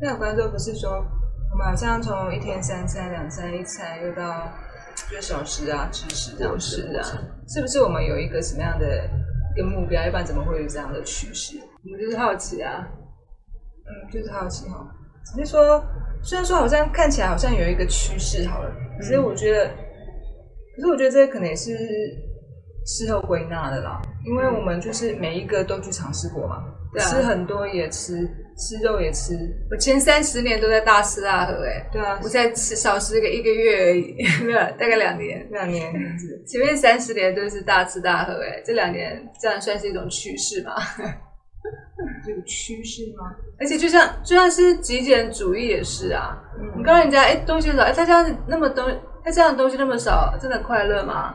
那有观众不是说，我们好像从一天三餐、两餐一餐，又到就小时啊、吃食这样吃啊，是不是我们有一个什么样的一个目标？要不然怎么会有这样的趋势？我们就是好奇啊，嗯，就是好奇哈、只是说，虽然说好像看起来好像有一个趋势好了，可是我觉得，可是我觉得这可能也是事后归纳的啦，因为我们就是每一个都去尝试过嘛，对啊吃很多也吃，吃肉也吃，我前三十年都在大吃大喝、哎，对啊我，才吃少吃个一个月而已， 没有，大概两年。两年这样子前面三十年都是大吃大喝、哎，这两年这样算是一种趋势嘛？这个趋势吗？ 而且就像就像是极简主义也是啊，嗯你告诉人家，哎，东西很少，哎，他这样子那么东，他这样的东西那么少，真的快乐吗？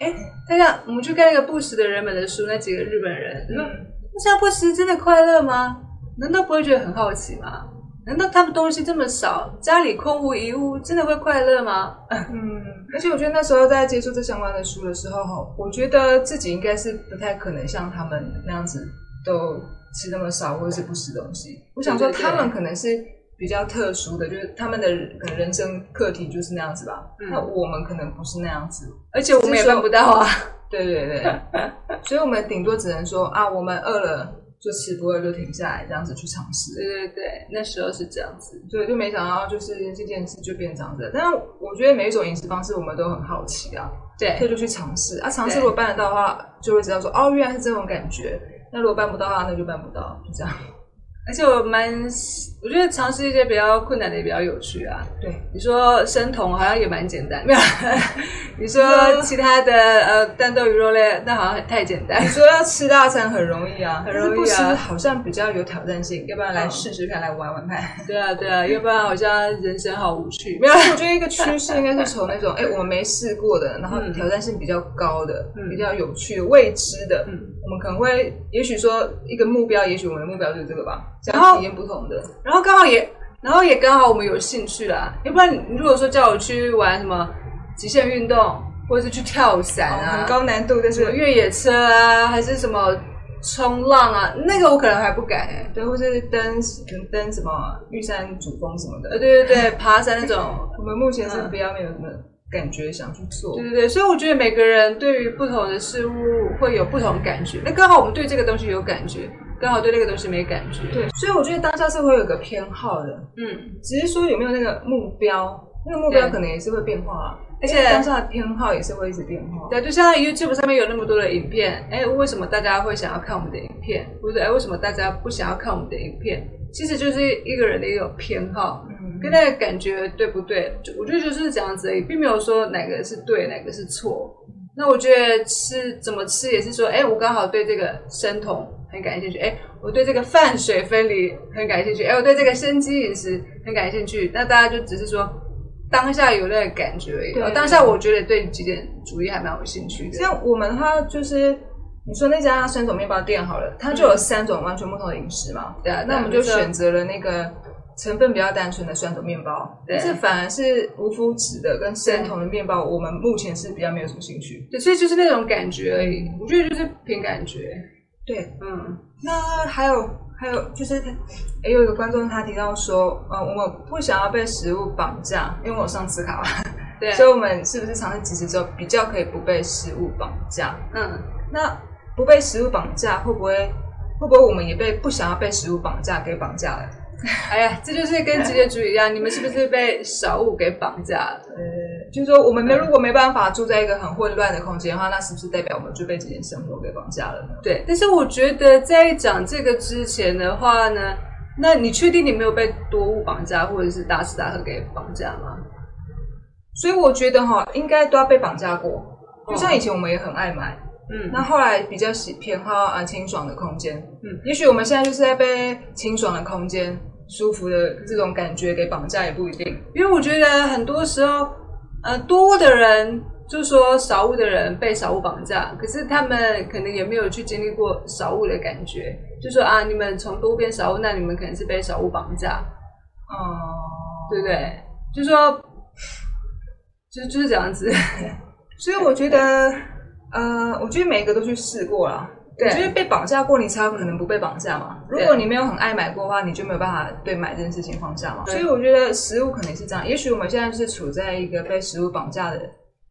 哎，他像我们去看那个不食的人们的书，那几个日本人，你说嗯那这样不食真的快乐吗？难道不会觉得很好奇吗？难道他们东西这么少，家里空无一物，真的会快乐吗？嗯，而且我觉得那时候在接触这相关的书的时候，哈，我觉得自己应该是不太可能像他们那样子都吃那么少，或者是不吃东西。我想说，对对对他们可能是比较特殊的，就是他们的人可能人生课题就是那样子吧。嗯那我们可能不是那样子，而且我们也办不到啊。对对对， 所以我们顶多只能说啊，我们饿了就吃，不饿就停下来，这样子去尝试。对对对，那时候是这样子。所以就没想到，就是这件事就变成这样子。但是我觉得每一种饮食方式，我们都很好奇啊，所以对，就去尝试啊。尝试对如果办得到的话，就会知道说哦，原来是这种感觉。那如果办不到的话，那就办不到，就这样。而且我蛮，我觉得尝试一些比较困难的也比较有趣啊。对，你说生酮好像也蛮简单，没有？ 你说其他的呃蛋豆鱼肉类，那好像太简单你。哎说要吃大餐很容易啊，很容易啊但是不吃好像比较有挑战性。嗯要不然来试试看，来玩玩看。对啊对啊，要不然好像人生好无趣。没没有有，我觉得一个趋势应该是从那种哎、我们没试过的，然后嗯挑战性比较高的、嗯比较有趣的、未知的，嗯我们可能会，也许说一个目标，也许我们的目标就是这个吧，想然后要体验不同的。然后刚好也，然后也刚好我们有兴趣啦。要不然你如果说叫我去玩什么极限运动，或者是去跳伞哦啊，很高难度，但什么是越野车啊，还是什么冲浪啊，那个我可能还不敢哎、对，或是登可能登什么玉山主峰什么呃，的，对对对， 爬山那种，我们目前是比较没有什么感觉想去做对。对对，所以我觉得每个人对于不同的事物会有不同感觉。那刚好我们对这个东西有感觉，刚好对那个东西没感觉。，对，所以我觉得当下是会有个偏好的，嗯，只是说有没有那个目标，那个目标对可能也是会变化啊，而且因为当下的偏好也是会一直变化。对，就像 YouTube 上面有那么多的影片，哎，为什么大家会想要看我们的影片？或者哎，为什么大家不想要看我们的影片？其实就是一个人的一种偏好，嗯跟那个感觉对不对？就我觉得就是这样子而已，并没有说哪个是对，哪个是错。那我觉得吃怎么吃也是说，哎，我刚好对这个生酮很感兴趣，哎，我对这个饭水分离很感兴趣，哎，我对这个生机饮食很感兴趣。那大家就只是说当下有那个感觉而已。对哦当下我觉得对极简主义还蛮有兴趣的。像我们的话，就是你说那家酸种面包店好了，它就有三种完全不同的饮食嘛。对啊，那我们就选择了那个成分比较单纯的酸种面包，对但是反而是无麸质的跟生酮的面包，我们目前是比较没有什么兴趣。对，所以就是那种感觉而已。我觉得就是凭感觉，对，嗯，那还有还有就是他，也有一个观众他提到说，呃，我们不想要被食物绑架，因为我有上次卡嘛，对，啊所以我们是不是尝试几次之后比较可以不被食物绑架？嗯，那不被食物绑架，会不会会不会我们也被不想要被食物绑架给绑架了？哎呀，这就是跟极简主义一样，你们是不是被少物给绑架了？呃，就是说我们没如果没办法住在一个很混乱的空间的话，那是不是代表我们就被这件生活给绑架了呢？对，但是我觉得在讲这个之前的话呢，那你确定你没有被多物绑架，或者是大吃大喝给绑架吗？所以我觉得哈，应该都要被绑架过。就像嗯以前我们也很爱买，嗯，那后来比较喜偏好啊清爽的空间。嗯嗯，也许我们现在就是在被清爽的空间、舒服的这种感觉给绑架，也不一定。因为我觉得很多时候，呃，多物的人就说少物的人被少物绑架，可是他们可能也没有去经历过少物的感觉，就说啊，你们从多物变少物，那你们可能是被少物绑架，哦、对不对？就说，就就是这样子。所以我觉得，呃，我觉得每一个都去试过啦。对你觉得被绑架过，你才有可能不被绑架嘛。如对果你没有很爱买过的话，你就没有办法对买这件事情放下嘛。对所以我觉得食物可能也是这样。也许我们现在是处在一个被食物绑架的，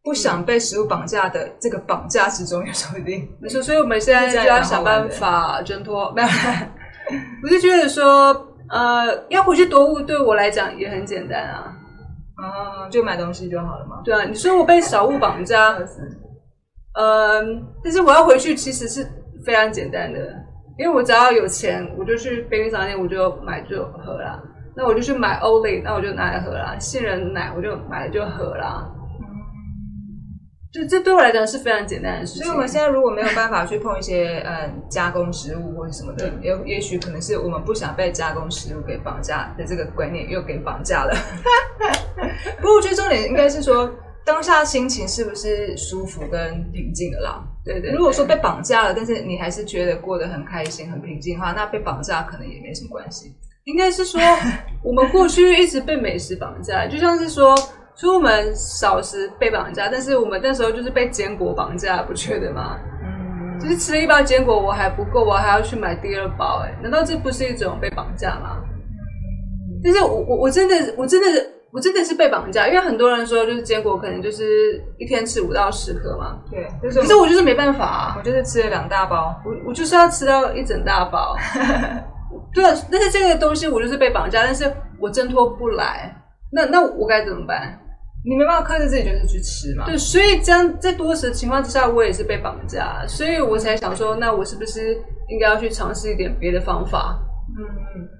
不想被食物绑架的这个绑架之中，也说不定。没错，所以我们现在就要想办法挣脱。没有， 我就觉得说，呃，要回去夺物对我来讲也很简单啊。啊，就买东西就好了嘛。对啊，你说我被小物 绑架，嗯呃，但是我要回去其实是非常简单的，因为我只要有钱，我就去便利商店，我就买就喝啦。那我就去买 Olay，那我就拿来喝啦。杏仁奶我就买了就喝啦。嗯就这对我来讲是非常简单的事情。所以我们现在如果没有办法去碰一些嗯加工食物或者什么的，也也许可能是我们不想被加工食物给绑架的这个观念又给绑架了。不过我觉得重点应该是说当下心情是不是舒服跟平静的啦。对对对，如果说被绑架了，但是你还是觉得过得很开心、很平静的话，那被绑架可能也没什么关系。应该 是说，我们过去一直被美食绑架，就像是说，出门少时被绑架，但是我们那时候就是被坚果绑架，不觉得吗？嗯，就是吃了一包坚果，我还不够，我还要去买第二包、哎，难道这不是一种被绑架吗？但是我我我真的我真的我真的是被绑架，因为很多人说就是坚果可能就是一天吃五到十颗嘛，对，就是可我是们我就是没办法啊，我就是吃了两大包，我我就是要吃到一整大包。对啊，但是这个东西我就是被绑架，但是我挣脱不来，那那我该怎么办？你没办法克制自己，就是去吃嘛。对，所以这样在多时的情况之下，我也是被绑架，所以我才想说，那我是不是应该要去尝试一点别的方法？嗯，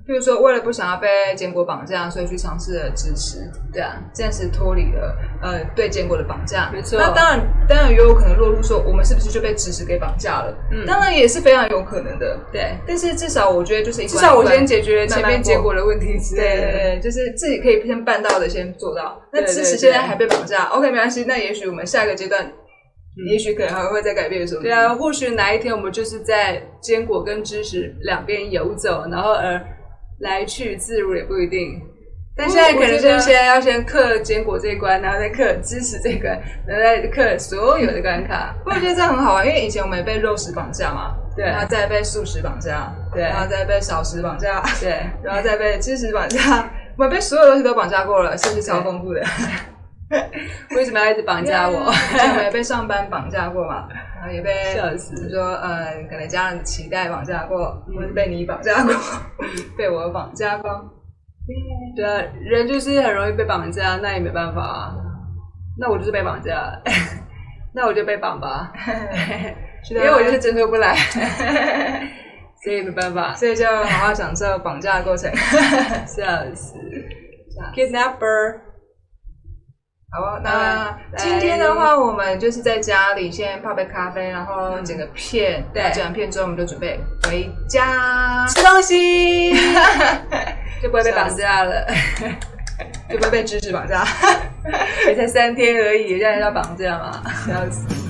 比如说为了不想要被坚果绑架，所以去尝试了支持，对啊，暂时脱离了呃对坚果的绑架。没错那当然，当然也有可能落入说我们是不是就被支持给绑架了？嗯当然也是非常有可能的。对，但是至少我觉得就是一至关少我一关先解决前面结果的问题之对类对的。对，就是自己可以先办到的先做到。那对对支持对嗯现在还被绑架，OK 没关系。那也许我们下个阶段，也许可能还会再改变什么。对啊，或许哪一天我们就是在坚果跟芝士两边游走，然后而来去自如也不一定。但现在可能就是先要先克坚果这一关，然后再克芝士这一关，然后再克所有的关卡。我觉得这很好啊玩，因为以前我们也被肉食绑架嘛，对然后再被素食绑架，对然后再被少食绑架，对，然后再被知识绑架，我被所有东西都绑架过了，甚至超丰富的。为什么要一直绑架我？以前我也被上班绑架过嘛，然后也被笑死嗯比如说呃，可能家人的期待绑架过，或者被你绑架过， 被我绑架过。 对啊，人就是很容易被绑架，那也没办法啊。那我就是被绑架 了，那我就被绑吧，因因为我就是挣脱不来， 所以没办法，所以就好好享受绑架的过程，笑死，kidnapper。好不好？那拜今天的话，我们就是在家里先泡杯咖啡，然后剪个片，嗯对然后剪完片之后我们就准备回家，吃东西， 就不会被绑架了。就不会被知识绑架。 也才三天而已，让人家绑架嘛。笑死。